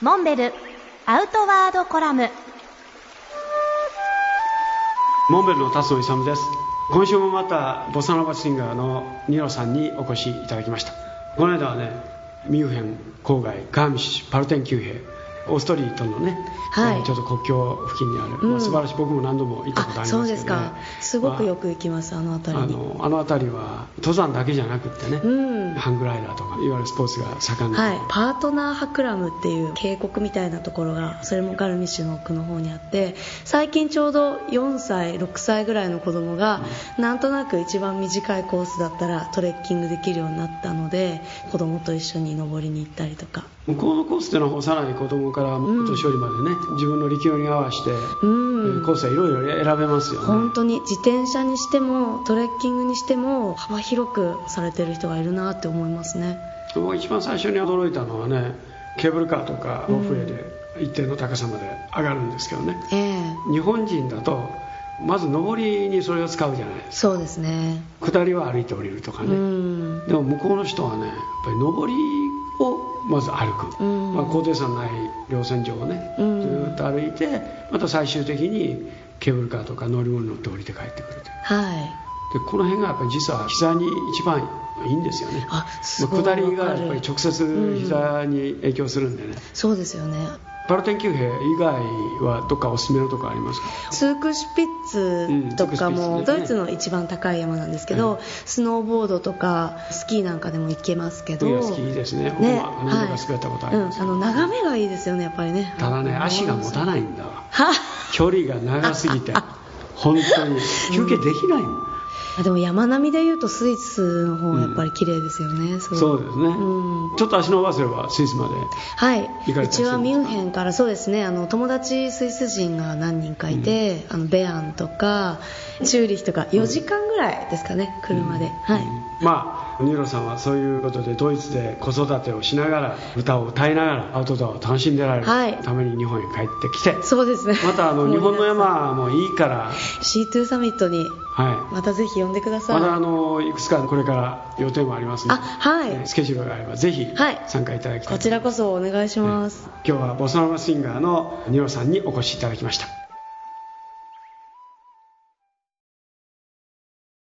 モンベルアウトワードコラムモンベルの辰野勇です今週もまたボサノバシンガーのニロさんにお越しいただきましたこの間はねミュンヘン郊外ガーミッシュパルテン旧兵オーストリーとのね、はいえーちょっと国境付近にある、うんまあ素晴らしい僕も何度も行ったことあありそまうすけど、ね、ですかすごくよく行きますあのま辺あありにのあの辺りは登山だけじゃなくってね、うんハングライダーとかいわゆるスポーツが盛んな、はい、パートナーハクラムっていう渓谷みたいなところがそれもガルミッシュの奥の方にあって最近ちょうど4歳6歳ぐらいの子供がなんとなく一番短いコースだったらトレッキングできるようになったので子供と一緒に登りに行ったりとか向こうのコースっていうのは幼い子供からお年寄りまでね、自分の力量に合わせて、うんえーコースはいろいろ選べますよね本当に自転車にしてもトレッキングにしても幅広くされてる人がいるなって思いますね僕一番最初に驚いたのはねケーブルカーとかロープウェイで一定の高さまで上がるんですけどね、ええ日本人だとまず上りにそれを使うじゃないですそうですねか下りは歩いて降りるとかうね、んでも向こうの人はねやっぱり上りをまず歩く、うんまあ、高低差のない稜線上をね、うんずーっと歩いてまた最終的にケーブルカーとか乗り物に乗って降りて帰ってくるというはいでこの辺がやっぱり実は膝に一番いいんですよねあすごいまあ下りがわかるやっぱり直接膝に影響するんでね、そうですよねパルテン級兵以外はどっかおすすめのとこありますかツークシュピッツとかうもんツードクシュピッツねイツの一番高い山なんですけど、うんスノーボードとかスキーなんかでも行けますけど冬はスキーですねね僕も何度か滑ったことありますはいうん、あの眺めがいいですよねやっぱりねただね足が持たないんだわは距離が長すぎて本当に休憩できないもん、あでも山並みでいうとスイスの方がやっぱり綺麗ですよね、すごいそうですね、うんちょっと足伸ばせればスイスまではい行かれたりするんうですちかはミュンヘンからそうですねあの友達スイス人が何人かいて、あのベアンとかチューリヒとか4時間ぐらいですかね車で、はい、まあニューロさんはそういうことでドイツで子育てをしながら歌を歌いながらアウトドアを楽しんでられはいるために日本へ帰ってきて、そうですねまたあの日本の山山もいいから、 C2 サミットにはまたぜひ呼んでくだい、さい、またあのいくつかこれから予定もありますのあで、はい、えースケジュールがあればぜひはい参加いただきたい、こちらこそお願いします、今日はボサノバシンガーのニロさんにお越しいただきました